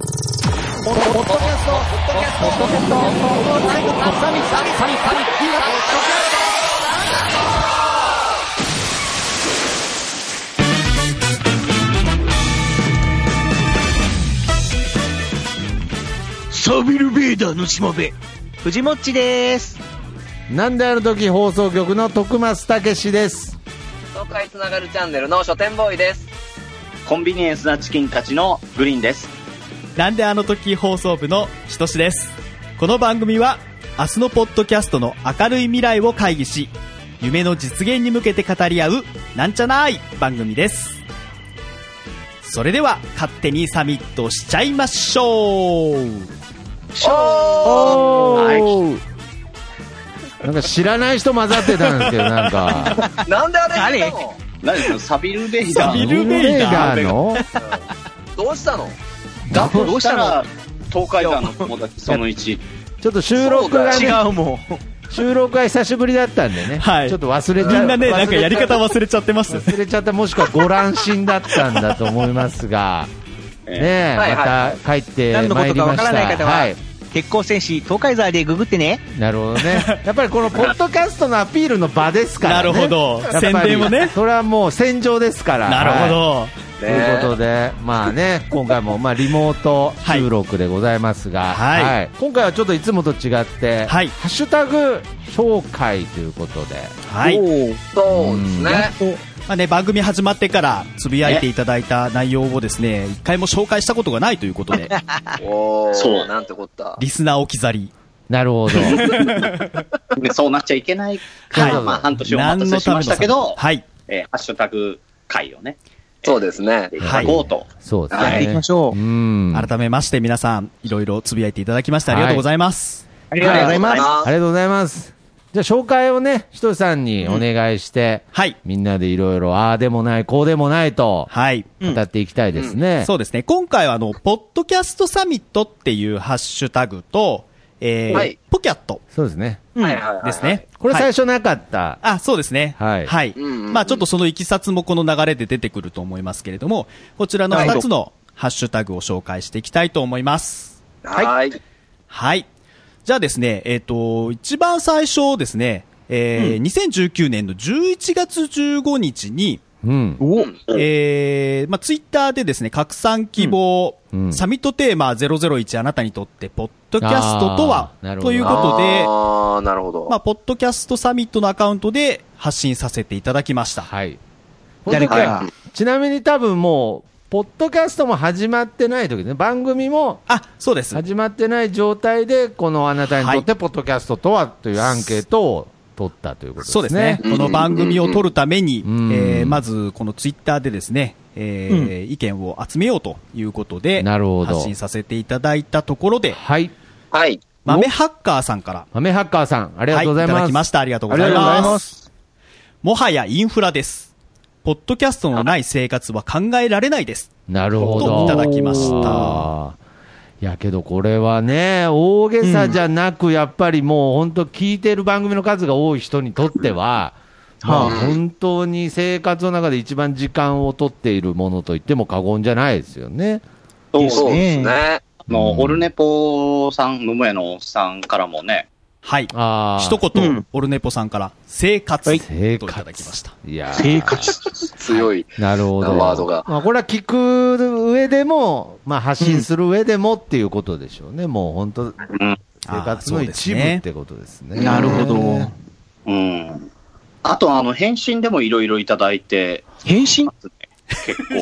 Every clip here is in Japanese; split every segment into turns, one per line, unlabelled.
ポッドキャスト、ポッドキャスト、ポッドキャスト、サミサミサミサミ、いいな
サビルベーダーのしもべ。藤もっちです。
なんである時放送局の徳松たけしです。
東海つながるチャンネルの書店ボーイです。
コンビニエンスなチキンたちのグリーンです。
なんであの時放送部のしとしです。この番組は明日のポッドキャストの明るい未来を会議し、夢の実現に向けて語り合うなんちゃない番組です。それでは勝手にサミットしちゃいましょう
お
ー
なんか知らない人混ざってたんですけど、なんか。
なんであれ言ったの
何ですかサビルベイダ
サビ
ー
ルベイダ
ルベイダーの
どうしたの
だとどうしたら東海岸の友達その1。
ちょっと収録がね、
違うもん。
収録が久しぶりだったんでね。
はい
ちょっと忘れ
み
ちゃ
んなね、
忘れちゃ
なんかやり方忘れちゃってます。
忘れちゃった、もしくはご乱心だったんだと思いますが、ねえ、
はい
ま
は
た帰って
何のこ
まい
と
り
か
まし
わか
た。
らない方は、
はい。
鉄鋼戦士東海沢でググってね。
なるほどね。やっぱりこのポッドキャストのアピールの場ですからね。
なるほど
やっぱり
宣伝もね
それはもう戦場ですから。
なるほ
はい
ど。
ということで、まあね、今回もまあリモート収録でございますが、
はい
今回はちょっといつもと違って、
はい
ハッシュタグ紹介ということで、
はい。
そうですね。
まあね、番組始まってからつぶやいていただいた内容をですね、一回も紹介したことがないということ で、
おー、
そう
なんてこった。
リスナー置き去り。
なる ほど。
ねそうなっちゃいけないから、
はい
まあ、半年お待たせしましたけ
何のための
ど、
はい。
えーハッシュタグ会をね、
そうですね。
やっていこうと。
そうですね。
はい
行きましょう。
ん。
改めまして皆さん、いろいろつぶやいていただきましてありがとうございます。
ありがとうございます。
ありがとうございます。じゃあ紹介をね、ひとりさんにお願いして、
はい。
みんなでいろいろ、ああでもない、こうでもないと、
はい。
うん
語っていきたいですね。
そうですね。今回はあの、ポッドキャストサミットっていうハッシュタグと、えー
はい
ポキャット
そうですね。
はいはいはい。
です。ね。
これ
は
最
い
初なかった。
あ、そうですね。
はい
はい。
うんうんうん
まあちょっとそのいきさつもこの流れで出てくると思いますけれども、こちらの
はい
2つのハッシュタグを紹介していきたいと思います。
はい。
はい。じゃあですね、えっ、と、一番最初ですね、えー2019年の11月15日に、
うん。
お
えーまあ、ツイッターでですね、拡散希望、
うんうん
サミットテーマ001あなたにとって、ポッドキャストとは
あ、ーなるほ
と
ど
いう
な
ことで、
あー、なるほど。
まあ、ポッドキャストサミットのアカウントで発信させていただきました。
はい。
誰か
はいちなみに多分もう、ポッドキャストも始まってない時ね、番組も
あ、そうです。
始まってない状態で、このあなたにとってポッドキャストとはというアンケートを取ったということですね。
そうですね。。この番組を撮るために、
うん
えーまず、このツイッターでですね、えー意見を集めようということで、
なるほど
発信させていただいたところで、
はい。
はい。
豆ハッカーさんから、
豆ハッカーさん、ありが
は
と
いう
ござい
た
ます。
だきました。ありがとうござい
ありがとうござい
ま。
ます
もはやインフラです。ポッドキャストのない生活は考えられないです。
なるほ
と
ど。
いただきました。
あーいやけどこれはね、大げさじゃなく、やっぱりもう本当、聞いてる番組の数が多い人にとっては、まあ、本当に生活の中で一番時間を取っているものと言っても過言じゃないですよね。
そう
です
そう
ね
ですね。
あの、
うん
オルネポさん、桃屋のおっさんからもね、
はい。
あ
一言、
うん
オルネポさんから、生活、
はい
といただきました。
あ、いやー
生活。
強い。
なるほど。
ワードが
まあ、これは聞く上でも、まあ、発信する上でもっていうことでしょうね。もう本当、
うん。
生活の一部ってことですね。
なるほど。
うん。あと、あの、返信でもいろいろいただいて、
返信
結構。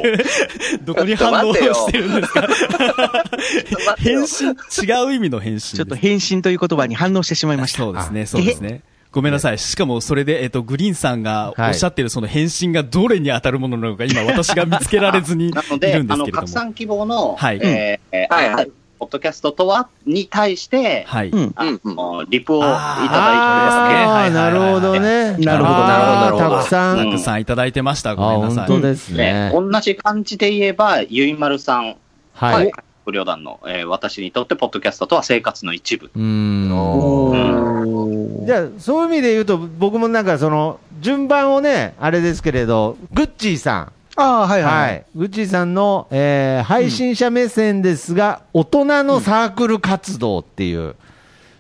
どこに反応をしてるんですか 返信、違う意味の返信
ちょっと
変
返信という言葉に反応してしまいました。
そうですね、そうですね。ごめんなさい。しかも、それで、えっと、グリーンさんが
はい
おっしゃってるその返信がどれに当たるものなのか、今私が見つけられずにい
なので
るん、で
あ
す
の、
けれど
拡
も。
散希望の、
はい
えーえー
はいはい
ポッドキャストとはに対して、
はい。
うん。
あ
うん
のリプをいただいてで
い
すね。
ああ、
ただ
ない
て
る
おりますね
ほどね。
なるほど
あー
なるほどなるほど
たくさ
うん
ん。
たくさんいただいてました。ごめんなさ
あ
い。
本当です
ね
ね。
同じ感じで言えば、ゆいまるさん、
は
はいい。不良団の、えー私にとって、ポッドキャストとは生活の一部。
うーん。
お
じゃ
ー。
あ、そういう意味で言うと、僕もなんかその、順番をね、あれですけれど、グッチーさん。
ああ、はいはい。
はい、ぐっちーさんの、えー配信者目線ですが、大人のサークル活動っていう、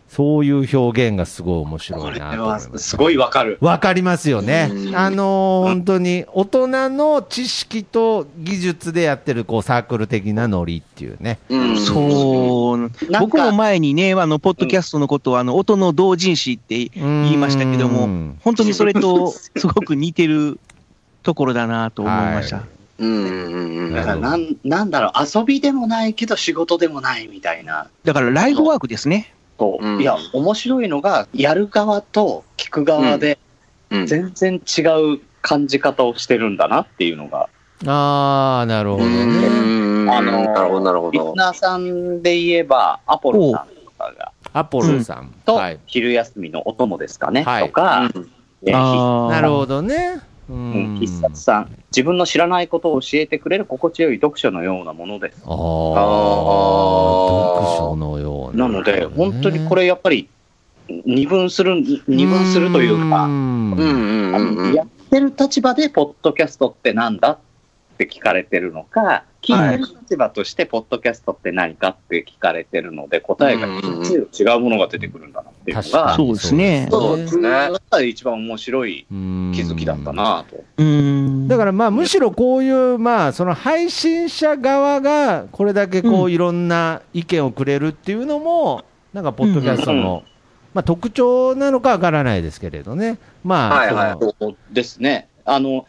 そういう表現がすごい面
こ
白い
れ
なと思
はい
ます。
すごいわかる。
わかりますよね
う。ん
あのー本当に大人の知識と技術でやってるこうサークル的なノリっていうね。
うん。
そう。
なんか
僕も前にね、あの、ポッドキャストのことを、あの、音の同人誌って言いましたけど
う
も
ん、
本当にそれと、すごく似てるところだなと思いました。
は
うんうんうん。
だからなん、なんだろう、遊びでもないけど仕事でもないみたいな。
だから、ライフワークですね。
こう
うん
いや、面白いのが、やる側と聞く側で、
うん
全然違う感じ方をしてるんだなっていうのが、
ああ、なるほど
うん
ね。
うんうん
あ
な
の
るほど、なるほ
リス
ど。
ナーさんで言えば、アポロさんとかが、
アポロさん。
と、
はい。
昼休みのお供ですかね、
はい
とか、えー
あー
なるほどね。う
ひ
ん。
必殺さん、自分の知らないことを教えてくれる心地よい読書のようなものです。
ああ、
あー
読書のような。
なので、本当にこ
れ、
れやっぱり、二分する、二分するというか、
ん
うんうんうんうん。
やってる立場で、ポッドキャストってなんだって聞かれてるのか、聞いてる立場として、ポッドキャストって何かって聞かれてるので、答えが一つ違うものが出てくるんだなっていうの
確か
が、
に
そうですね
そう
ですね
だったら一番面白い気づきだった。なと。
うん。
だからまあむしろこういう、まあ、その配信者側がこれだけこ
う
ういろんな意見をくれるっていうのも、なんかポッドキャスト
うんうんう
の、まあ、特徴なのかわからないですけれどね、ま
はいは
あ
い
その、
そうですね。あの、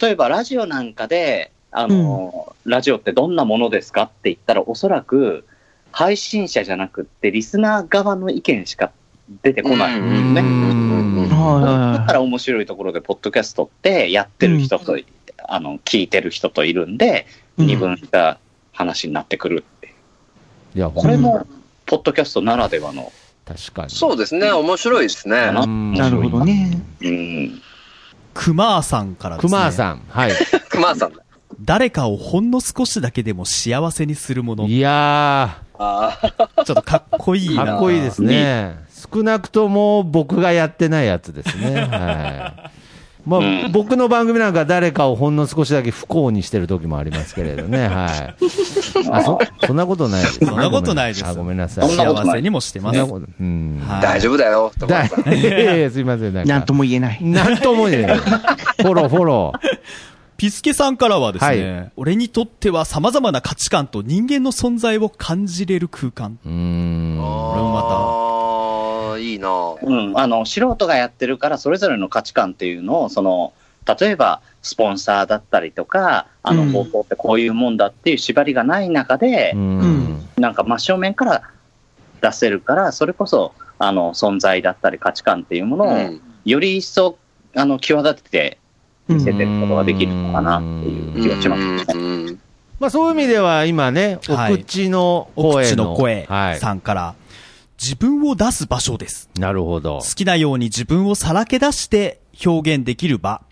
例えばラジオなんかで、あの、ラジオってどんなものですかって言ったら、おそらく、配信者じゃなくって、リスナー側の意見しか出てこないんですね。
うん
はいはいはい
だから面白いところで、ポッドキャストってやってる人と、あの、聞いてる人といるんで、
うん
二分した話になってくるっていう
いや、
これ
ほん
も、ポッドキャストならではの、
確かに。
そうですね、面白いですね。
うん
なるほどね。
うん、
クマーさんからですね。
クマーさん、はい、
熊さんだ。
誰かをほんの少しだけでも幸せにするもの。ち
いや
ああ、
ょっとかっこいい
ー、
な。
かっこいいですね、少なくとも僕がやってないやつですね。はいまあ
うん
僕の番組なんか、誰かをほんの少しだけ不幸にしてる時もありますけれどね、はい、あそそんなことないです、
そんなことないです
あごめんなさい。
そんなこと
幸せにもしてます。
そんなことうん。
はい
大丈夫だよ、と
だ
か
い。いやいやすみません。なんか
なんとも言えない。
なんとも言えない。フォロー、フォロー。
ピスケさんからはですね、
は
俺にとっては様々な価値観と人間の存在を感じれる空間。
うーん。
俺も
ああ、いいな
うん、あの素人がやってるからそれぞれの価値観っていうのをその例えばスポンサーだったりとかあ
う
の
ん
方法ってこういうもんだっていう縛りがない中で
う、ん。
なんか真正面から出せるからそれこそあの存在だったり価値観っていうも
う
のを
ん
より一層あの際立てて見せてることができるのかなって
う
い
ん
う気がしますね。
うん
まあそういう意味では今ね、お
はい
口の
お
声
口
の。
の声
はい。
さんから、自分を出す場所です。
なるほど
好。きなように自分をさらけ出して表現できる場。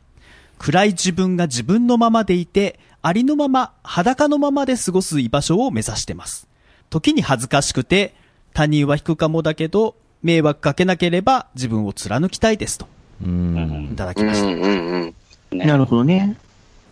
暗い自分が自分のままでいて、ありのまま、裸のままで過ごす居場所を目指してます。時に恥ずかしくて、他人は引くかもだけど、迷惑かけなければ自分を貫きたいですと。
う
い
ん。
ただき
う
ました。
んうんうん。
ね
なるほどね。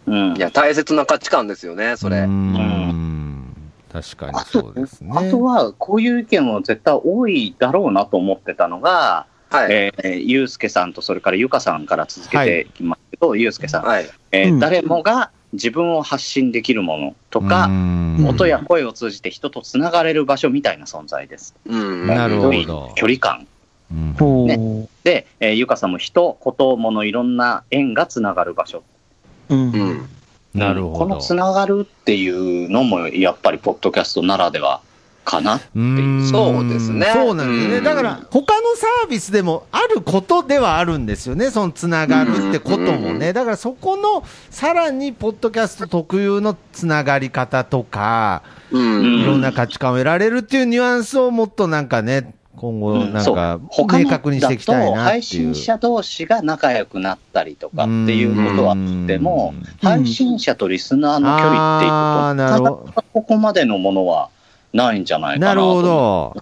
うん
いや、大切な価値観ですよね、それ
う。ん。確かに
あ
そ
と
うですね。
あとは、こういう意見も絶対多いだろうなと思ってたのが、
はい。
えー、ゆうすけさんとそれからゆかさんから続けていきますけど、ゆうすけさん、
はい。
えー
うん
誰もが自分を発信できるものと
う
か、
ん
音や声を通じて人とつながれる場所みたいな存在です。
うん
なるほど
距離距離感。
うん
ほう。
で、えーゆかさんも人、こと、もの、いろんな縁がつながる場所。
う。
うんん。
なるほ
この
ど。
つながるっていうのも、やっぱり、ポッドキャストならではかな。
うーん
そうですね
そうなんですね。
うん
だから、他のサービスでもあることではあるんですよね。そのつながるってこともね。だからそこの、さらに、ポッドキャスト特有のつながり方とか、
うん
いろんな価値観を得られるっていうニュアンスをもっとなんかね、今後
うん
なん
そう
か、
他
明
のだ
確にしていきたい
と、
な
配
ってい
信
う。
者同士が仲良くなったりとかっていうことはあっても
うん、
配信者とリスナーの距離っていう
あーなる
と、な
ほ
かなかここまでのものはないんじゃない
ど。
かな
なる
と
ほど。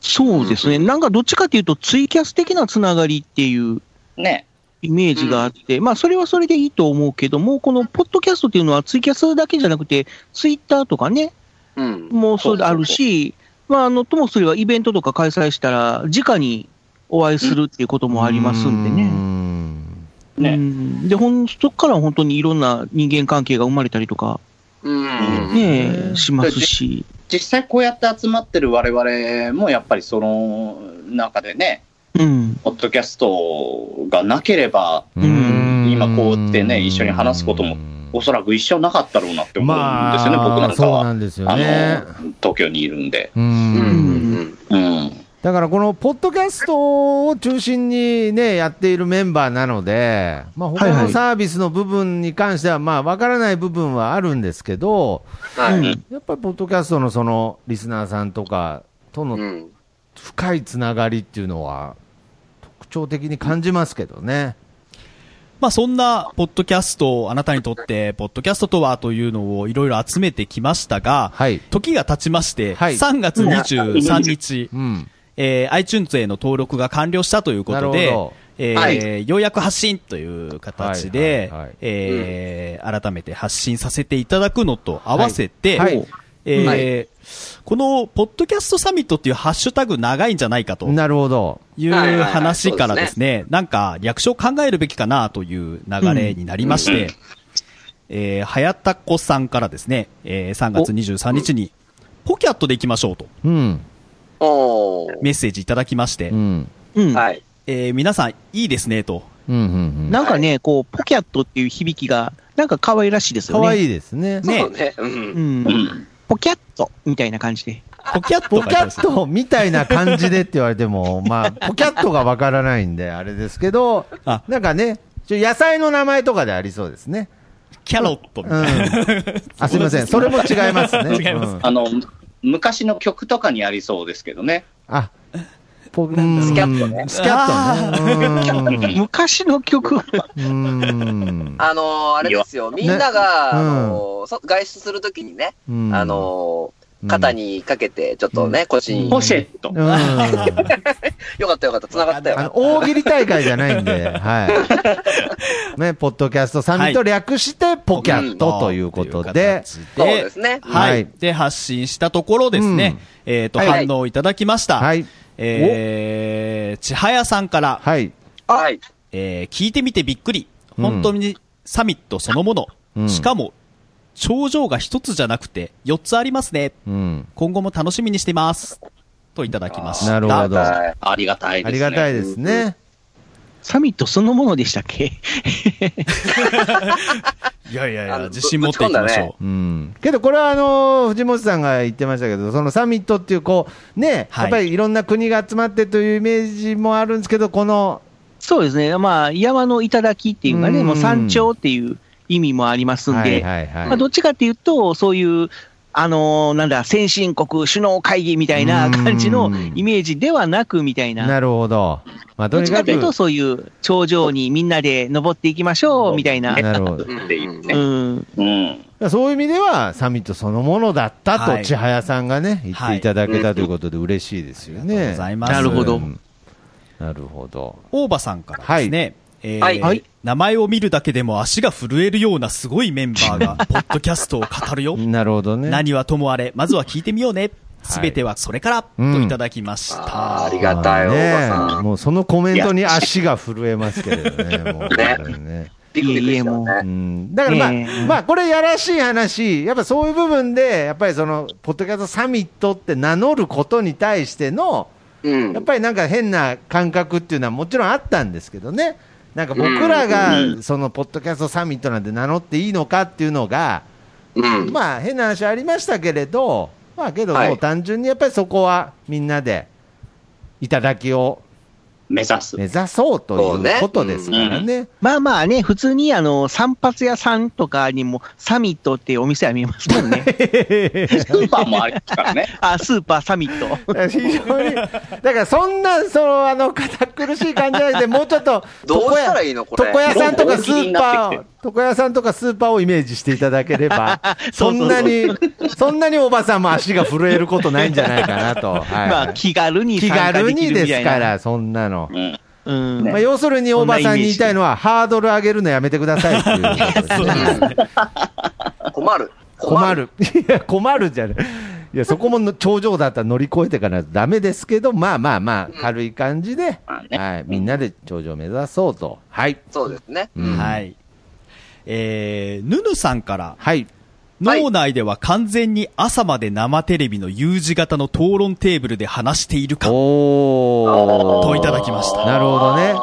そうですね。なんかどっちかというと、ツイキャス的なつながりっていう
ね、
イメージがあって、まあ、それはそれでいいと思うけども、このポッドキャストっていうのはツイキャスだけじゃなくて、ツイッターとかね、
うん。
もうそうあるし、まあ、あの、ともすればイベントとか開催したら、直にお会いするっていうこともありますんで
う
ね。
ん
ね
うんで、ほん、そこから本当にいろんな人間関係が生まれたりとか、
うん。
ね
う
え、
ん
しますし。
実際こうやって集まってる我々もやっぱりその中でね、
うん。
ポッドキャストがなければ、
うん
今こうやってね一緒に話すこともおそらく一生なかったろうなって思うんですよね、僕なんか
そう
は。
なんですよ
あ
ね。
の、東京にいるんで。
う
うんん。うん。
うん。
だからこのポッドキャストを中心にね、やっているメンバーなので、まあ、
は
他
い
の
はい
サービスの部分に関しては、まあ、わからない部分はあるんですけど、
はい。
やっぱりポッドキャストのその、リスナーさんとかと
う
の
ん。
深いつながりっていうのは、特徴的に感じますけどね。
まあそんな、ポッドキャスト、あなたにとって、ポッドキャストとはというのをいろいろ集めてきましたが、
はい。
時が経ちまして、
はい
3月23日、
うん。
えー iTunes への登録が完了したというこ
なる
と
ほ
で、
ど。
えー
は
ようやく発信という形で、
はいはいはい
えー改めて発信させていただくのと合わせて、
はいはい
えーこの、ポッドキャストサミットっていうハッシュタグ長いんじゃないかと
なるほど。
いう
はいはいはい
話から
そう
で
ですす
ね、なんか略称を考えるべきかなという流れになりまし
うんう
て
ん、
えー、はやたこさんからですね、えー3月23日に、ポキャットで行きましょうと
うん。
おー。
メッセージいただきまして
う、ん。
うん。
はい。
えー皆さんいいですねと、
うん。うん。
なんかね、こう、ポキャットっていう響きが、なんか可愛らしいです
か
よね。
わいいですね。
ね
そうね。うん
う。ん
う。ん。
ポキャットみたいな感じで。
ポキャット
ポ
が
キ
いい
ャ
です
ッ
ね
トみたいな感じでって言われても、 まあ、ポキャットがわからないんで、あれですけど
あ、
なんかね、ちょ野菜の名前とかでありそうですね。
キャロッ トみたいな。
あ、すいません。それも違います ね。
違います
うん
あの、昔の曲とかにありそうですけどね。
あ、ポうん
スキャットね
スキャット ね。
昔の曲 は、
うんうん
あのー、あれですよ。みんなが、
ね
あ
うん
のーそ外出するときにね、
うん
あのー、肩にかけて、ちょっとね、腰に。
ポシェット。
うんあ
よかったよかった、繋がったよ。
の大喜利大会じゃないんで、はい。ね、ポッドキャストサミット略して、ポキャットということで、
そうですね。
は
はいい。
で、発信したところですね、えっと、
はい
反応いただきました。
はい。
えー、ちはやさんから、
はい。
はい。
えー聞いてみてびっくり。
うん
本当にサミットそのもの。
うん
しかも、頂上が一つじゃなくて、四つありますね。
うん。
今後も楽しみにしてます。といただきました。
なるほど。あ
はい。
ありがたいですね。
りがたいですね。
サミットそのものでしたっけ
いやいやい
あ
や、
の
自信持っていきまし
ぶぶち込んだね
ょう。
うん。けどこれはあのー藤本さんが言ってましたけど、そのサミットっていうこう、ね、
はい
やっぱりいろんな国が集まってというイメージもあるんですけど、この、
そうですね。まあ、山の頂っていうかね、
うん
もう山頂っていう意味もありますんで、
はいはいはい。
まあ、どっちかっていうと、そういう、あのーなんだ、先進国首脳会議みたいな感じの
うん
イメージではなくみたいな。
なるほど。まあ、と
どっ
に
ちか
かく
という、と、そういう頂上にみんなで登っていきましょうみたいな。
なるほど。だか
うん
っていう
う
ね。
ん。
うん。
らそういう意味では、サミットそのものだった
は
と、
い
千早さんがね、言っていただけ
は
た
い
ということで嬉しいですよ
ありがとう
ね。
ございます
なるほど
うん。なるほど。
大場さんからですね。えー
はい
はい
名前を見るだけでも足が震えるようなすごいメンバー が、ポッドキャストを語るよ。
なるほどね。
何はともあれ、まずは聞いてみようね。
はい
すべてはそれから、
うん
といただきまし
あーあ
た。
りがたい、おば
まあ
さ
ね
ん。
もうそのコメントに足が震えますけれどね、もう
ね
本当にね。
ビクビクしたよ
いい
う
ね。
んだからまあ、
ええ
まあこれやらしい話、やっぱそういう部分で、やっぱりその、ポッドキャストサミットって名乗ることに対しての、
うん
やっ。ぱりなんか変な感覚っていうのはもちろんあったんですけどね。なんか僕らが、その、ポッドキャストサミットなんて名乗っていいのかっていうのが、
うん。
まあ変な話ありましたけれど、まあけど
はい
もう単純にやっぱりそこはみんなで、いただきを
目指す
目。指そうということですから
そう
ね。
まあまあね、普通にあの、散髪屋さんとかにもサミットっていうお店は見えますもんね。
スーパーもありますからね。
あ、スーパーサミット。
だ から非常に、だからそんな、その、あの、堅苦しい感じじゃなくて、もうちょっと、
どうしたら
い
いいのこれ。
床屋さんとか
どん
ス
どん大喜利
ー
にな
パ
って
ー
き
を、床屋さんとかスーパーをイメージしていただければ、そんなに、そんなにおばさんも足が震えることないんじゃないかなと。はい
まあ、気軽に
気
参加
軽
でき
に
るみ
で
たい
す
な。
から、そんなの
う。ん。
うん
ね
まあ、要するに、おばさんに言いたいのは、ハードル上げるのやめてくださいっていうことですね
困る。
困。る。いや、困るじゃない。いや、そこもの頂上だったら乗り越えてかないとダメですけど、まあまあまあ、軽い感じで、
まあね
はい、みんなで頂上を目指そうと。はい。
そうですね。
うん
はい。えー、ヌヌさんから、
は
は
い。
い
脳内では完全に朝まで生テレビの U 字型の討論テーブルで話しているか、
おー。
といただきました
なるほどね。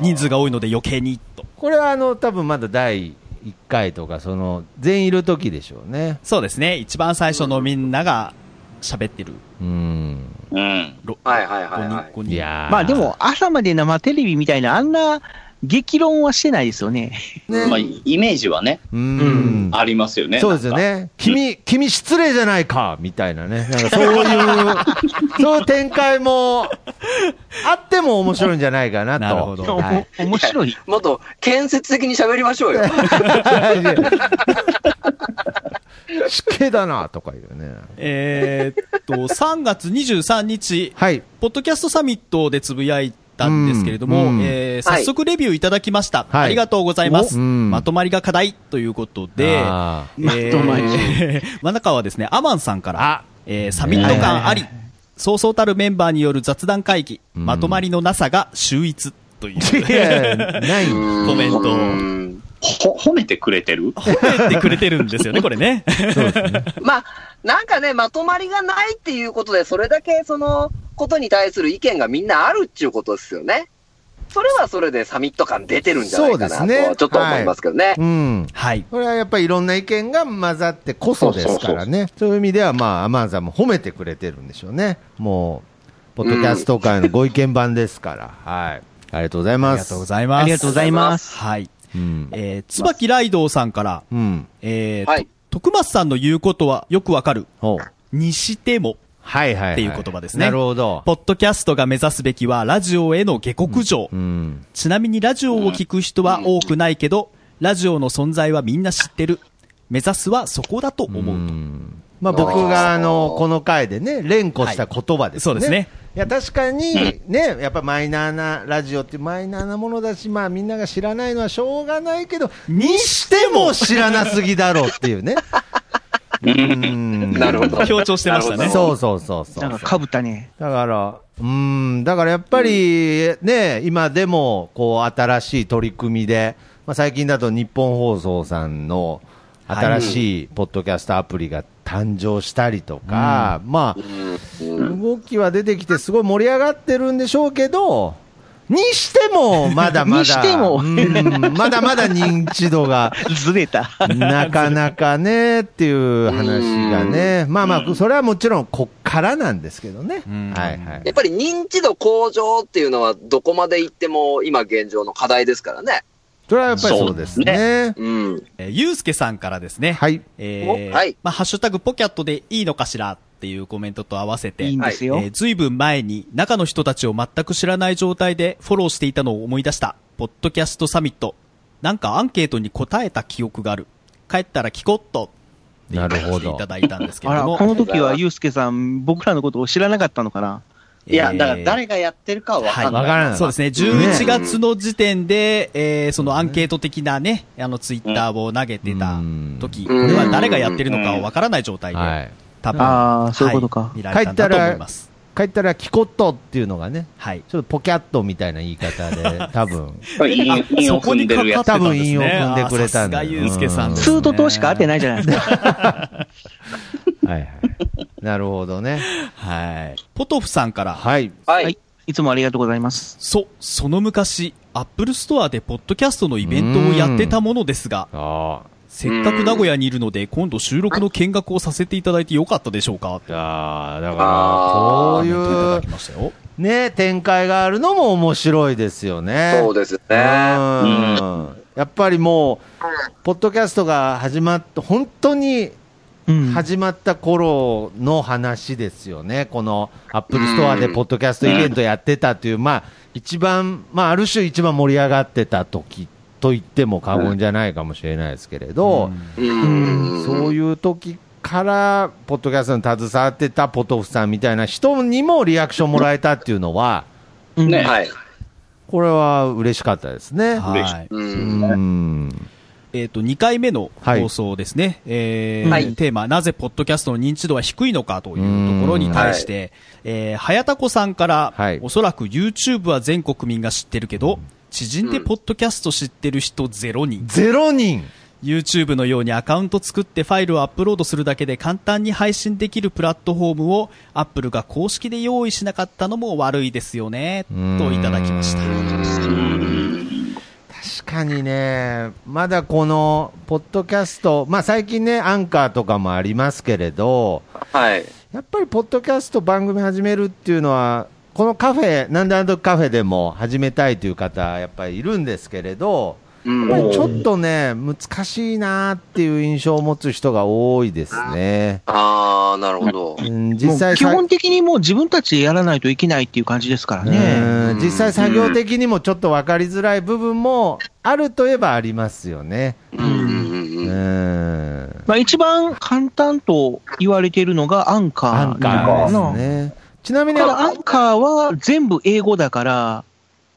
人数が多いので余計に、と。
これはあの、多分まだ第1回とか、その、全員いる時でしょうね。
そうですね。一番最初のみんなが喋ってる。
うん。
うん。
ろ
はいはいはい
5
はい
人、5人。
いやー
まあで、も、朝まで生テレビみたいな、あんな激論はしてないですよね。
ね
まあ、イメージはね、
うん。
ありますよね。
そうですよ
なんか。
ね。君、君失礼じゃないかみたいなね。なんかそういう、そういう展開も、あっても面白いんじゃないかなと。
なるほど
はい
お 面白い。
もっと建設的に喋りましょう よ。
死刑だな、とか言うね。
えーっと、3月23日、
はい。
ポッドキャストサミットでつぶやいたんですけれども、
うんうん
えー早速レビューいただきました。
はい
ありがとうございます。
おうん
まとまりが課題ということで、
あ ー
まとまり
えー真ん中はですね、アマンさんから、
あ
えーサミット感あり、そうそうたるメンバーによる雑談会議、
うん
まとまりのなさが秀逸という。
いや、ない。
コ
メント
ほ、褒めてくれてる
褒めてくれてるんです よね、これね。
そうですね。
まあ、なんかね、まとまりがないっていうことで、それだけそのことに対する意見がみんなあるっていうことですよね。それはそれでサミット感出てるんじゃないか
そ
な
うですね
と、ちょっと思いますけどね。
うん。
はい。
これはやっぱりいろんな意見が混ざってこそですからね。そういう意味では、まあ、アマンさんも褒めてくれてるんでしょうね。もう、ポッドキャスト界のご意見版です から。はい。ありがとうござい
あ
ま
りが
す。
とうございます。
ありがとうございます。
はい。
うん。
えー、椿ライドウさんから、
うん。
えーと
はい
徳松さんの言うことはよくわかる。
ほう。
にしても、
はいはい、はい。
っていう言葉ですね
なるほど。
ポッドキャストが目指すべきはラジオへの下克上。
うん。
ちなみにラジオを聞く人は多くないけど、ラジオの存在はみんな知ってる。目指すはそこだと思うと。
んまあ、僕があのこの回でね、連呼した言葉ですね、
はいそうですね
いや確かにね、やっぱマイナーなラジオってマイナーなものだし、まあ、みんなが知らないのはしょうがないけど、にしても知らなすぎだろうっ ていうね。うん
なるほど。
強調してましたね
そうそうそうそう。
なんかかぶったね。
だから、うん、だからやっぱりね、今でもこう新しい取り組みで、まあ、最近だと日本放送さんの新しいポッドキャストアプリが誕生したりとか、まあ、動きは出てきて、すごい盛り上がってるんでしょうけど、にしても、まだまだ、
にしても
うんまだまだ認知度 が。
ずれた。
なかなかねっていう話がね、まあまあ、それはもちろんこっからなんですけどね、
うん
はいはい
やっぱり認知度向上っていうのはどこまで行っても今現状の課題ですからね。
それはやっぱりそうですね。
うん。
えーゆうすけさんからですね。
はい。
えー
おはい
まあ、ハッシュタグポキャットでいいのかしらっていうコメントと合わせて、
いいんですよ。
えーずいぶん前に中の人たちを全く知らない状態でフォローしていたのを思い出した、ポッドキャストサミット。なんかアンケートに答えた記憶がある。帰ったら聞こっと。
なるほ
い
ど
た。だいたんですけ
あ
れ
ら、
ど
こ
も。
の時はユうスケさん、僕らのことを知らなかったのかな。
いや、だから
え
誰がやってるかはわかんない。
わからな
ー
い。
そうですね。11月の時点で、えーそのアンケート的なね、あの、ツイッターを投げてた時、こ
うん
れは誰がやってるのかわからない状態
は
で、
い。
多分、
ああ、そういうこと
は
か。
見られたんだと思います。
帰ったら、キコットっていうのがね、
はい。
ちょっとポキャットみたいな言い方で、 多分、
韻を韻を踏んでるやつ。
多分韻を踏んでくれたんだ
あさ
よ
すがゆうすけさんですね。
ツーととしか合ってないじゃないですか。
はいはい。なるほどね。
はい。ポトフさんから、
はい。
は
はい
い。。
いつもありがとうございます。
そ、その昔、アップルストアでポッドキャストのイベントをやってたものですが、
あ
せっかく名古屋にいるので、今度収録の見学をさせていただいてよかったでしょうか
あ。ああ、だから、こ
コ
あ
う
メントいた
い
だ
う
き、ましたよ。
ね、展開があるのも面白いですよね。
そうですね。
うんやっぱりもう、ポッドキャストが始まって、本当に
うん。
始まった頃の話ですよね、このアップルストアでポッドキャストイベントやってたという、まあ、一番、まあ、ある種、一番盛り上がってた時と言っても過言じゃないかもしれないですけれど、
うん。
そういう時から、ポッドキャストに携わってたポトフさんみたいな人にもリアクションもらえたっていうのは、
うん
ね
はい。
これは嬉しかったですね。
はい。
うん。
うん。
えっ、と、2回目の放送ですね。えー
はい
テーマ、なぜポッドキャストの認知度は低いのかというところに対して、えー、はやたこさんから、
はい
おそらく YouTube は全国民が知ってるけど、知人でポッドキャスト知ってる人ゼロ人。
ゼロ人
YouTube のようにアカウント作ってファイルをアップロードするだけで簡単に配信できるプラットフォームを Apple が公式で用意しなかったのも悪いですよね、
うん
といただきました。
確かにね、まだこの、ポッドキャスト、まあ最近ね、アンカーとかもありますけれど、
はい。
やっぱりポッドキャスト番組始めるっていうのは、このカフェ、なんであのカフェでも始めたいという方、やっぱりいるんですけれど、
う
や
ん
っぱりちょっとね、難しいなっていう印象を持つ人が多いですね。
ああ、なるほど。
うん、
も
実
う
際
基
さ
本的にもう自分たちでやらないといけないっていう感じですからね。
うん
うん
実際作業的にもちょっと分かりづらい部分もあるといえばありますよね。
うんうんう
うん
うん。
ん。
まあ、一番簡単と言われているのがアンカ
ア
ー
ンカーです
な
ね。ちなみ
た
に、
だア
あ
ンカーは全部英語だから、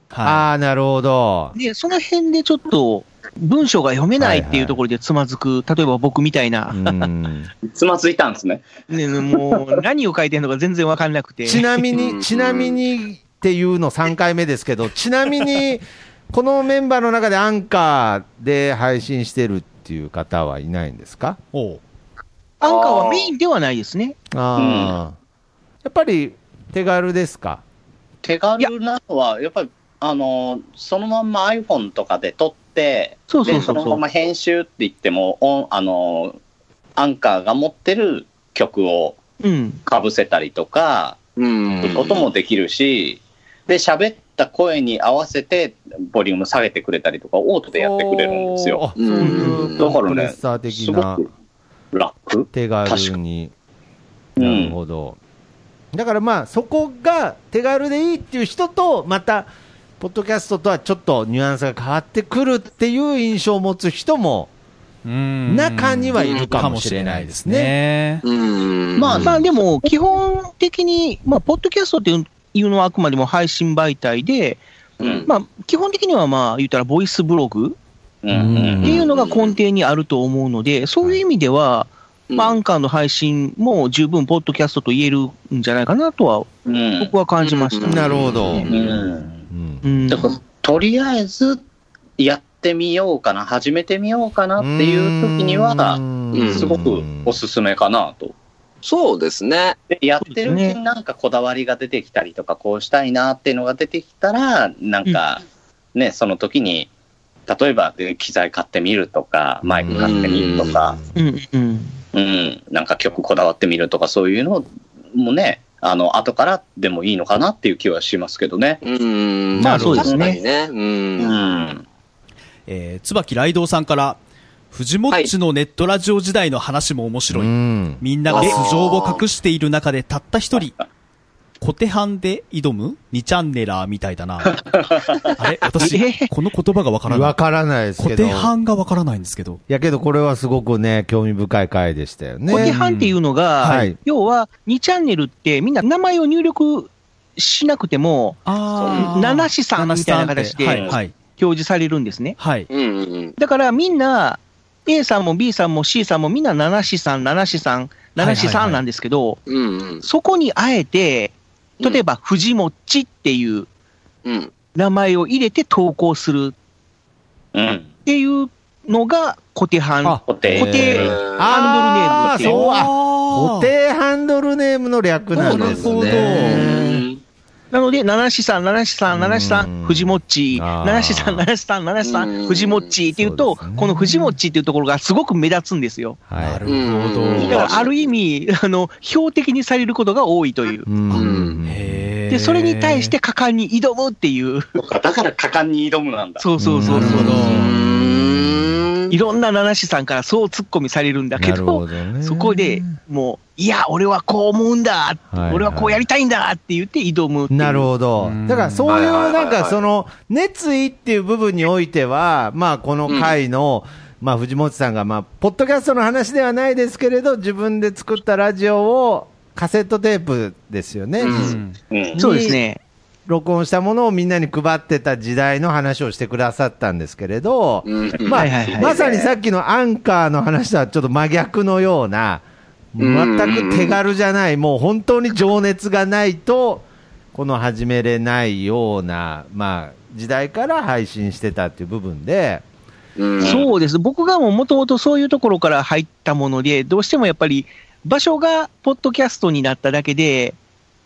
は
あー、なるほど。
で、その辺でちょっと文章が読めないっていうところでつまずく、例えば僕みたいな
う、 ん
つまずいたんですね。
ね、もう何を書いてるのか全然わかんなくて。
ちなみ
う
に、
ん
ちなみにっていうの3回目ですけ ど、ちなみに、このメンバーの中でアンカーで配信してるっていう方はいないんですか
い。おう
アンカーはメインではないですね。
ああ。やっぱり手軽ですか
手軽なのは、やっぱり、あの、そのまんま iPhone とかで撮って、
そうそうそう
で、その
そ
ま
う。
ま編集って言っても、オンあの、アンカーが持ってる曲を
うん。
かぶせたりとか、
うん。
こともできるし、で、喋った声に合わせて、ボリューム下げてくれたりとか、オートでやってくれるんです
おー
よ。
あそういうコ
だか
ン
らね
プレッサー的な
すごく楽
手軽に。
うん
なるほど。だからまあ、そこが手軽でいいっていう人と、また、ポッドキャストとはちょっとニュアンスが変わってくるっていう印象を持つ人も
うん
中にはいるかもしれないですね。
ね。
うん。
まあ
まあでも、基本的に、まあ、ポッドキャストっていうのはあくまでも配信媒体で、
うん。
まあ、基本的にはまあ、言ったらボイスブログ
うんうん
っていうのが根底にあると思うので、そういう意味では、
うん
まあ、アンカーの配信も十分、ポッドキャストと言えるんじゃないかなとは、
うん
僕は感じました
うん
ね。
なるほど。
うん
うん
うん
だからとりあえずやってみようかな、始めてみようかなっていう時には、
うん
すごくおすすめかなと。
そうですね。
で、やってるう
そうで
ち
す
になんかこだわりが出てきたりとか、こうしたいなっていうのが出てきたら、なんかね、その時に、例えばで機材買ってみるとか、マイク買ってみるとか、
うんうん
うん、なんか曲こだわってみるとか、そういうのもね、あの、後からでもいいのかなっていう気はしますけどね。
うん。
まあそうですね
確かにね。うん。
ん。
えー、椿雷道さんから、藤もっちのネットラジオ時代の話も面白い。
うん
みんなが素性を隠している中でたった一人、小手半で挑む二チャンネラーみたいだ な。あれ私、この言葉がわからな
わ
い。
からないです
小
けど。
手半がわからないんですけど。
いやけどこれはすごくね、興味深い回でしたよね。
小手半っていうのが、
うんはい
要は2チャンネルって、みんな名前を入力しなくても、
あ
七子さんみたいな形
七子さんってはい、
で
はい、
表示されるんですね。
はい。
うんうん
だからみんな、A さんも B さんも C さんもみんな七子さん、七子さん、七子さんなんですけど、
うん。うん
そこにあえて、例えば、藤もっちっていう
うん。うん。
名前を入れて投稿する
うん。
っていうのが、小手半。
あ
固定。
固定
あー
ハンドルネームっていう
そう、あ、
あ
固定ハンドルネームの略なんです
な
ね。
なので、七子さん、七子さん、七子さ
うん
ん、藤もっち、
あー
七子さん、七子さん、七子さ
うん
ん、藤もっちっていう
そう
と、
ですね
この藤もっちっていうところがすごく目立つんですよ。
は。
ないるほど。
うん
だから、ある意味、あの、標的にされることが多いという。
うん
へー
で、それに対して果敢に挑むっていう。
そうかだから果敢に挑むなんだ。
そうそうそう
なる
そ
ほ
う
ど。
うん
いろんな七子さんからそう突っ込みされるんだけ
なる
ど
ほ、どね。
そこで、もう、いや、俺はこう思うんだ、
はいはい
俺はこうやりたいんだって言って挑むっていう
なるほど
うん。
だからそう
はい
いう
はいはい
な
は
ん
い
かその熱意っていう部分においては、まあこの回の、まあ藤本さんがまあ、ポッドキャストの話ではないですけれど、自分で作ったラジオをカセットテープですよね。
うん
うん
うん
そうですね。
録音したものをみんなに配ってた時代の話をしてくださったんですけれど、
うん
まあ
はいはいはい
まさにさっきのアンカーの話とはちょっと真逆のような、
うん
全く手軽じゃない、もう本当に情熱がないと、この始めれないような、まあ、時代から配信してたっていう部分で、
うん
そうです。僕がももともとそういうところから入ったもので、どうしてもやっぱり場所がポッドキャストになっただけで、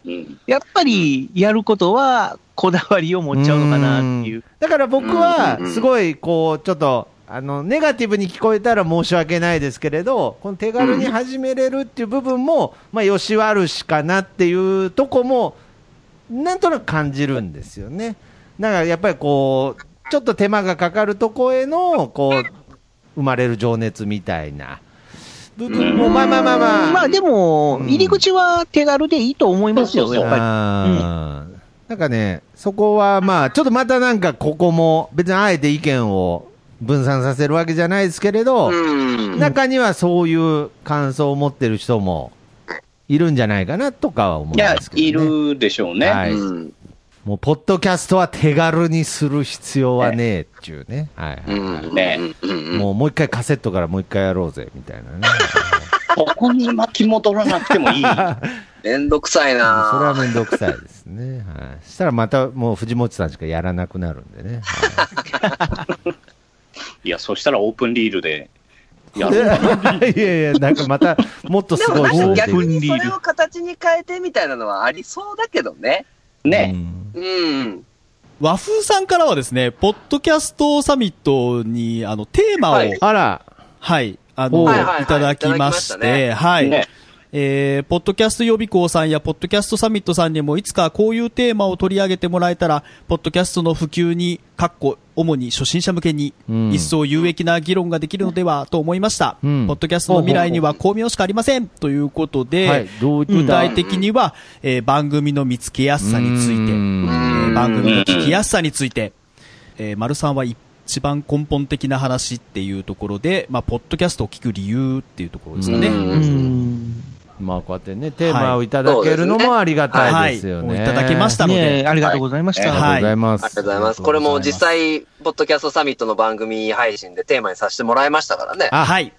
うん
やっぱりやることはこだわりを持っちゃうのかなっていう。
だから僕
うんうん
は
うん
すごいこうちょっとあのネガティブに聞こえたら申し訳ないですけれどこの手軽に始めれるっていう部分も、まあ、よし悪しかなっていうとこもなんとなく感じるんですよねだからやっぱりこうちょっと手間がかかるとこへのこう生まれる情熱みたいな部分もまあまあまあまあ
まあでも
う、ん
入り口は手軽でいいと思いますよ、
そうそうそう
やっぱ
あーなんかね、そこはまあ、ちょっとまたなんかここも、別にあえて意見を分散させるわけじゃないですけれど、
うん
中にはそういう感想を持ってる人もいるんじゃないかなとかは思うん
いや
です、けど、ね。
いるでしょうね。
はい
うん
もう、ポッドキャストは手軽にする必要はねえっていうね。はいは
う
い
ん
ね
うんうんうん
もう、もう一回カセットからもう一回やろうぜ、みたいなね。
ここに巻き戻らなくてもいい。
めんどくさいな
それはめんどくさいですね。はい。したらまたもう藤本さんしかやらなくなるんでね。はい
いや、そしたらオープンリールでやる。
いやいや、なんかまた、もっと
ですも
ごい
なん
人
か
出て
逆
くる
にそれを形に変えてみたいなのはありそうだけどね。
ね。
うん。
和風さんからはですね、ポッドキャストサミットに、あの、テーマを、は
はいい、
あら、
あの、
おうは
は
い
いはい
いただきまし
いただきましたね
て、はい。
ね
えー、ポッドキャスト予備校さんやポッドキャストサミットさんにもいつかこういうテーマを取り上げてもらえたら、ポッドキャストの普及に、かっこ、主に初心者向けに、
うん
一層有益な議論ができるのではと思いました。
うん
ポッドキャストの未来には巧妙しかありませんということで、
はい、どうい
具
った
体的には、えー番組の見つけやすさについて、
い
えー番組の聞きやすさについて、えー丸さんは一番根本的な話っていうところで、まあ、ポッドキャストを聞く理由っていうところですかね。
うん
り。うん。
て、まあ、こうやってね、テーマをいただけるのもありがたいですよね。
はいもういただけましたので、
ねえありがとうございました。
ありがとうございます。
ありがとうございます。これも実際、ポッドキャストサミットの番組配信でテーマにさせてもらいましたからね。
あ
はい。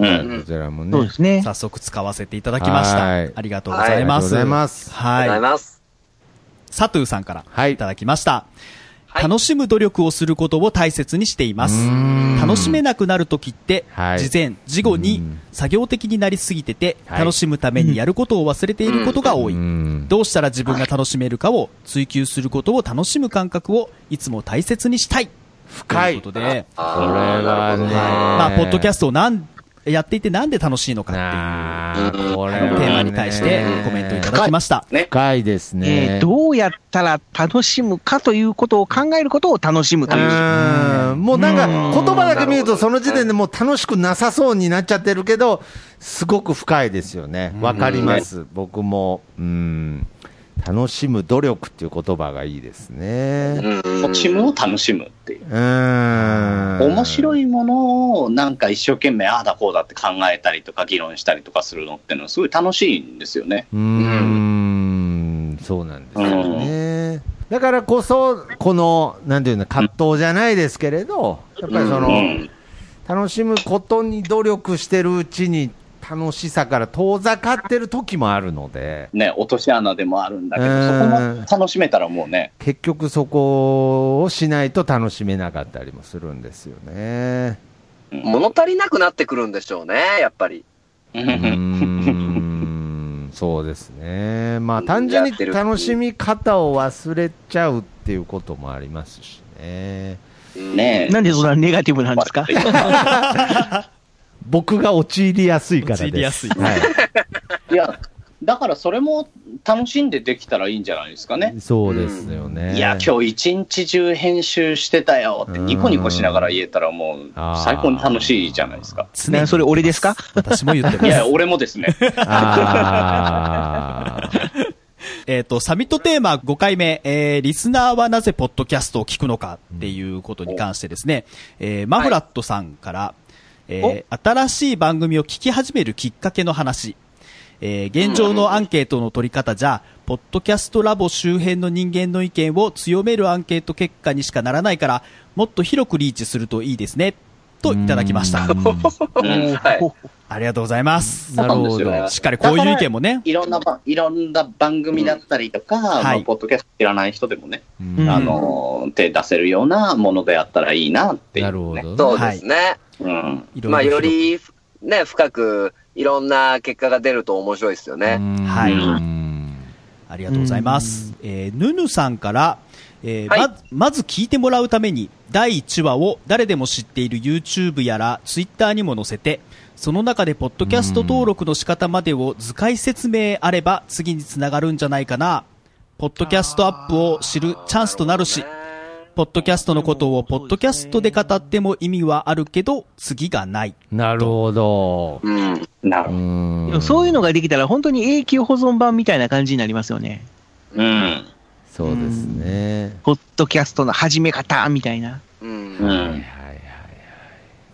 う。
うんん。こちらもね。
そうですね。
早速使わせていただきまし
はい
た。ありがとうござい
ありが
ま
とうご
す。
ざいます。
ありがとうござ
は
い
い。
ます。
サトゥーさんか
は
ら
い
いただきました。
はい
楽しむ努力をすることを大切にしています
うーん。
楽しめなくなるときって、
はい
事前、事後
う
に
ん
作業的になりすぎてて、
はい
楽しむためにやることを忘れていることが多い。
うん
どうしたら自分が楽しめるかを追求することを楽しむ感覚をいつも大切にしたい。
深い
ということで、
これはね、
まあ、ポッドキャ
ス
ストをなんやっていてなんで楽しいのかっ
なあこれ
ていうテ
はね
ーマに対してコメントいただきました。
深いです
え
ね。
ーどうやったら楽しむかということを考えることを楽しむという。
うんもうなんか言葉だけ見る
う
と
ん
その時点でもう楽しくなさそうになっちゃってるけど、すごく深いですよね。わかります。僕も。うん。楽しむ努力っていう言葉がいいですね。
楽しむを楽しむっていう。
うん。
面白
い。
いものをなんか一生懸命ああだこうだって考えたりとか議論したりとかするのってのはすごい楽しいんですよね。
うん。そうなんですよね。だからこそ、この、なんていうの、葛藤じゃないですけれど、やっぱりそうの、
ん。
楽しむことに努力してるうちに楽しさから遠ざかってる時もあるので
ね、落とし穴でもあるんだけ
う
ど、そこ
ん
も楽しめたらもうね、
結局そこをしないと楽しめなかったりもするんですよね。
物足りなくなってくるんでしょうね、やっぱり。
う
うんーんそうですね、まあ、単純に
やってる
楽しみ方を忘れちゃうっていうこともありますしね、
ね
なんでそんなネガティブなんですか
僕が陥りやすいからです。
陥りやすい
はい
いや、だからそれも楽しんでできたらいいんじゃないですかね。
そうですよね。
いや、今日一日中編集してたよって、
うん
ニコニコしながら言えたらもう
あー、
最高に楽しいじゃないですか。
常に
それ俺ですか
私も言って
い
ます
や、。俺もですね。
あー
えっ、と、サミットテーマ5回目、えー、リスナーはなぜポッドキャストを聞くのかっていうことに関してですね、えー、マフラットさんから、えー新しい番組を聞き始めるきっかけの話、えー現状のアンケートの取り方じゃ、ポッドキャストラボ周辺の人間の意見を強めるアンケート結果にしかならないから、もっと広くリーチするといいですね。 といただきました。
うんはい。
ありがとうございます。
なるほ
そうなん
ど
で。
しっかりこういう意見もね。
いろんなば、いろんな番組だったりとか、ま
は
あ
い
ポッドキャスト知らない人でもね、
うん
あの、手出せるようなものであったらいいなっていう、ね。
なるほど。
そうですね。
うん。
いろいろ
まあ、より、ね、深く、いろんな結果が出ると面白いですよね。
はい
うん
ありがとうございます。えーぬぬさんから、えー
はい
ままず聞いてもらうために、第1話を誰でも知っている YouTube やら Twitter にも載せて、その中でポッドキャスト登録の仕方までを図解説明あれば次につながるんじゃないかな。ポッドキャストアップを知るチャンスとなるし
ね、
ポッドキャストのことをポッドキャストで語っても意味はあるけど、次がない。
なるほど。
うん。
なるほど。
うん
そういうのができたら、本当に永久保存版みたいな感じになりますよね。
うん。
そうですね。
ポッドキャストの始め方みたいな。
う。
うん
はい
ん。
はい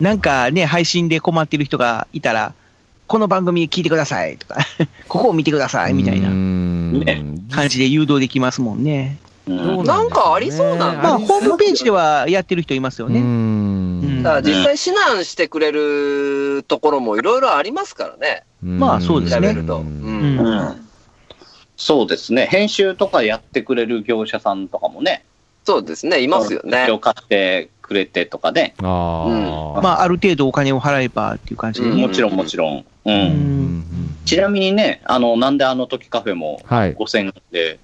なんかね、配信で困ってる人がいたら、この番組聞いてくださいとか、 ここを見てくださ
はいい。
みたいな
うん
ね
感じで誘導できますもんね。
う
どうです
ん。
なんかありそうなんだ
まあ、
り
ホームページではやってる人いますよ
う
ね。
ん
ん
だから実際指南してくれるところもいろいろありますからね。
まあそうです
調
ね
べると。う
うん
ん。
うんそうですね。編集とかやってくれる業者さんとかもね、
そうですね。いますよね
それ。を買ってくれてとかね。
ああ。
まあ、ある程度お金を払えばっていう感じで
うん
ね。
もちろんもちろん。うん。
うん
うん
ちなみにね、あの、なんであの時カフェも
はい。
5000円で、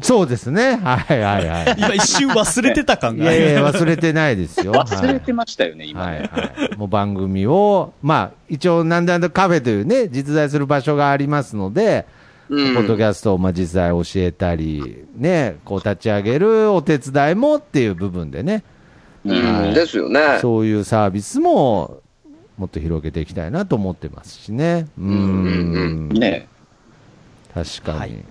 そうですね。はい はいはい。
今一瞬忘れてた感
い
が。
やいや、忘れてないですよ。
忘れて
ま
ましたよね、今
はい
ね。
はい。もう番組を、まあ、一応、なんであんだカフェというね、実在する場所がありますので、
うん
ポッドキャストをまあ実際教えたり、ね、こう立ち上げるお手伝いもっていう部分でね、
うん
うんですよね。
そういうサービスももっと広げていきたいなと思ってますしね。うん
うんうん
ね
確かに。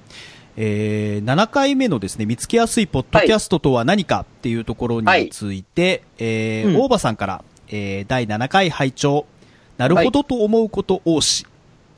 えー7回目のですね、見つけやすいポッドキャストとは何かっていうところについて、えー
うん
大場さんから、えー第7回拝聴なるほどと思うこと多し、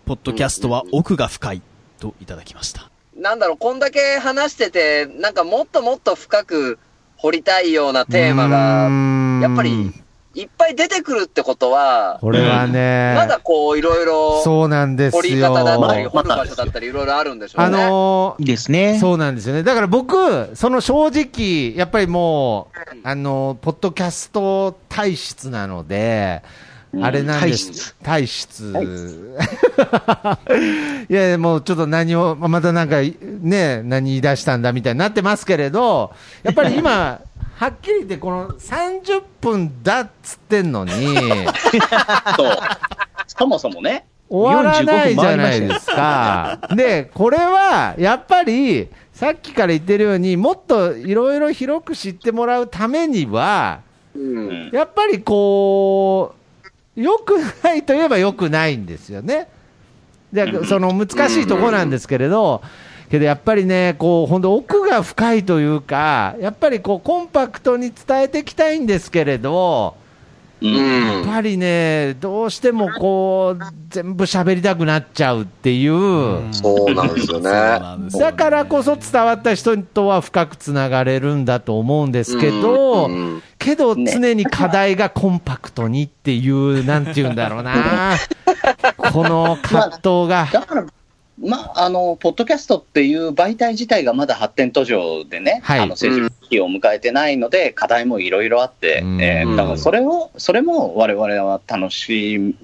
ポッドキャストは奥が深いといただきました。
なんだろう、こんだけ話してて、なんかもっともっと深く掘りたいようなテーマが、
が
やっぱりいっぱい出てくるってことは、
これはね、
まだこう、いろいろ、
そうなんですよ。
掘り方だったり、
まあ
掘る場所だったり、いろいろあるんでしょ
あ
うね。
のー
ですね。
そうなんですよね。だから僕、その正直、やっぱりもう、あのーポッドキャスト体質なので、
うん
あれなんです。体質。 いやいや、もうちょっと何を、またなんか、ね、何言い出したんだみたいになってますけれど、やっぱり今、はっきり言って、この30分だっつってんのに、
そう。そもそもね。
終わらないじゃないですか。で、これは、やっぱり、さっきから言ってるように、もっといろいろ広く知ってもらうためには、
うん
うん
やっぱりこう、良くないといえば良くないんですよね。で
うん
その難しいところなんですけれど、けどやっぱりね、こう、本当奥が深いというか、やっぱりこう、コンパクトに伝えていきたいんですけれど、
うん。
やっぱりね、どうしてもこう、全部喋りたくなっちゃうっていう、
そうなんですよね。
だからこそ伝わった人とは深くつながれるんだと思うんですけど、
うんうん
けど常に課題がコンパクトにっていう、なんて言うんだろ うな、この葛藤が。
だから、まあ、あの、ポッドキャストっていう媒体自体がまだ発展途上でね、
はい
あの成熟期を迎えてないので、課題もいろいろあって、
うん
えーだからそれを、それも我々は楽し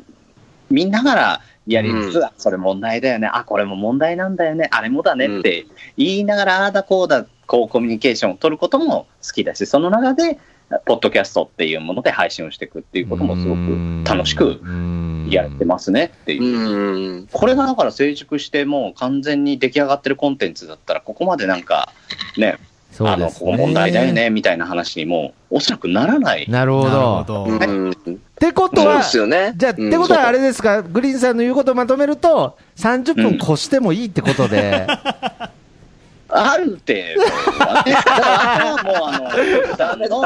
みながらやりつつ、
うん
あそれ問題だよね、あ、これも問題なんだよね、あれもだねって言いながら、ああだこうだ、こうコミュニケーションを取ることも好きだし、その中で、ポッドキャストっていうもので配信をしていくっていうこともすごく楽しくやってますねっていう。
うん。
これがだから成熟して、もう完全に出来上がってるコンテンツだったら、ここまでなんか、ね、
す
あの、ここ問題だよ。ね、みたいな話にも、おそらくならない。
なるほ
なるほ
ど。
ど。
うん
ってこと
そう
は
で、すよね。
じゃあ、っ
うん
てことはあれですか、グリーンさんの言うことをまとめると、30分越してもいいってことで、
そう
あるって、だからもうあの、普段の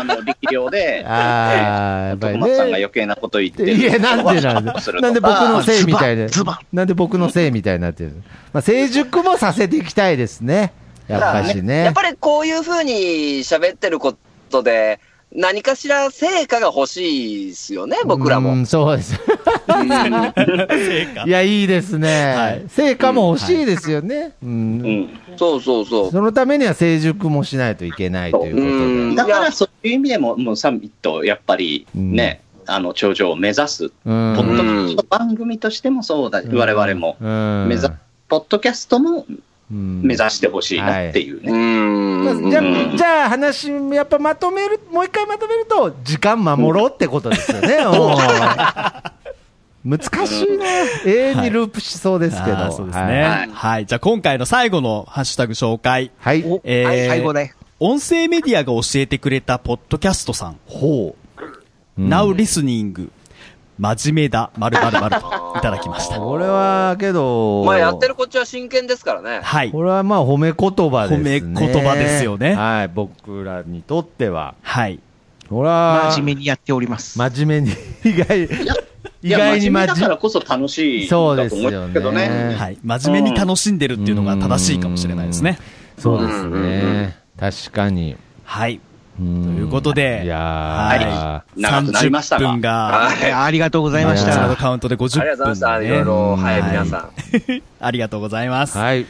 あの力量で、
あー、やっぱ
徳
り
松さんが
ね。
余計なこと言ってる
いや、なんでなんで、
する
なんで
と
僕の
か、
せいみたいな
ズバンズバン、
なんで僕のせいみたいになってる。まあ、成熟もさせていきたいですね。やっぱし
や
ね
っ。ぱりこういう風に喋ってることで、何かしら成果が欲しいですよね、僕らも。
うん、そうです。
うん
成果
いや、いいですね。成果も欲しいですよね。うん
うん
そうそうそう。
そのためには成熟もしないといけないというこ
うん
だからそういう意味でも、もうサミット、やっぱりね、あの頂上を目指す、
とで。うん
ポッドキ
うん
ャスト番組としてもそうだし、我々も、
うん
目指ポッドキャストも
うん
目指してほしいなっていうね。
うんうん
じゃ
う
あ、
ん
じゃあ話、やっぱまとめる、もう一回まとめると、時間守ろうってことですよね。うん難しいな。永遠にループしそうですけど。
あーそうですね。
はい
はい。はいじゃあ今回の最後のハッシュタグ紹介。
はい。
お
えー
はい最後だよ。
音声メディアが教えてくれたポッドキャストさん。
ほう。
Now Listening。真面目だ、まるまるまるといただきました。
これは、けど、
まあやってるこっちは真剣ですからね。
はい。
これはまあ褒め言葉ですね。
褒め言葉ですよね
はい。僕らにとっては。
はい。
これは、
真面目にやっております。
真面目 に、意外、意
いや
外
真
に
面目だ
真
か
面
らこそ楽しいんだと
そう
思
で
う
すよね
けどね。
うん
はい。真面目に楽しんでるっていうのが正しいかもしれないですね。
そうです
うんうん
ね。確かに。
はい。
と
と
い
いうことで
いやー
は
長くなりましたが
30分が、
いやありがとうござい
マ
ま
ス
し
ター
た
の。カウントで50分、
ありがとうございました。いろいろ、はい、
はい
皆さん。
ありがとうございます。
はい。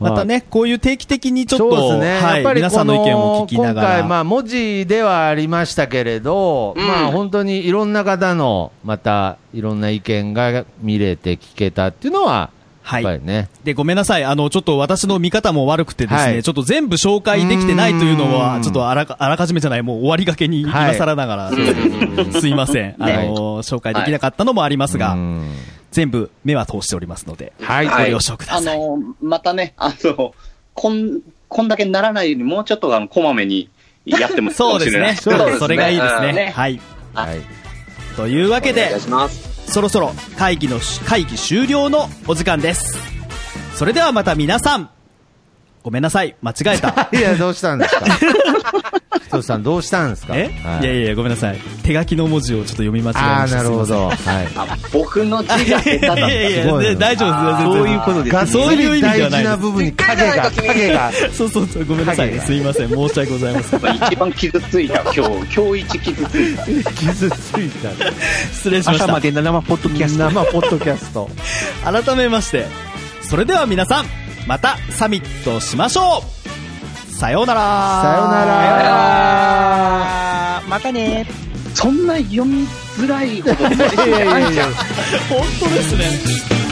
またね、こういう定期的にちょっと、
そうですね。
は
やっ
い、
ぱり
皆さんの意見を聞きなが
この今
ら。
回、まあ、文字ではありましたけれど、
うん
まあ、本当にいろんな方の、また、いろんな意見が見れて聞けたっていうのは、
は
やっ
い
ぱ。りね。
で、ごめんなさい。あの、ちょっと私の見方も悪くてですね、
はい
ちょっと全部紹介できてないというの
う
は、
ん
ちょっとあらかあらかじめじゃない、もう終わりがけに
はい
今更ながら、すいません。あ
ね
の、紹介できなかったのもありますが、
うん
全部目は通しておりますので、
はい。
ご了承くだ
あ
さい。
の、またね、あの、こん、こんだけならないように、もうちょっとあの、こまめにやってもいいか
そう
も
で
し
す
れない
ね。。
うですね
それがいいです
う
ね。
んね
はい。
はい。
というわけ
お願
で
い、します。
そろそろ会議のし、会議終了のお時間です。それではまた皆さん、ごめんなさい。間違え た。
いや、どうしたんですかひとつさん、どうしたんですか
え、、
はい
やいや、ごめんなさい。手書きの文字をちょっと読み間違え
あ
ま
あ、
した。
なるほ
すいません
ど。はい。
あ僕の字が下手だ っ
い
た。
やいやい
す
や
ごい
で
な
大丈夫です。
そういうことです
が
ね
っつ
そういう
り
意味ではない
大事
です
な部分に影が、影が。
そうそうそう、ごめんなさ
影
い。
が
すいません。申し訳ございません。
一番傷ついた、今日、今日一傷ついた。
傷ついた。
失礼しまし
朝ま
た。
で生ポッドキャスト。
生ポッドキャスト。
改めまして、それでは皆さん、またサミットしましょうさようなら
さようなら。
あまたね
そんな読みづらいこと
いやいやいやいや
本当ですね。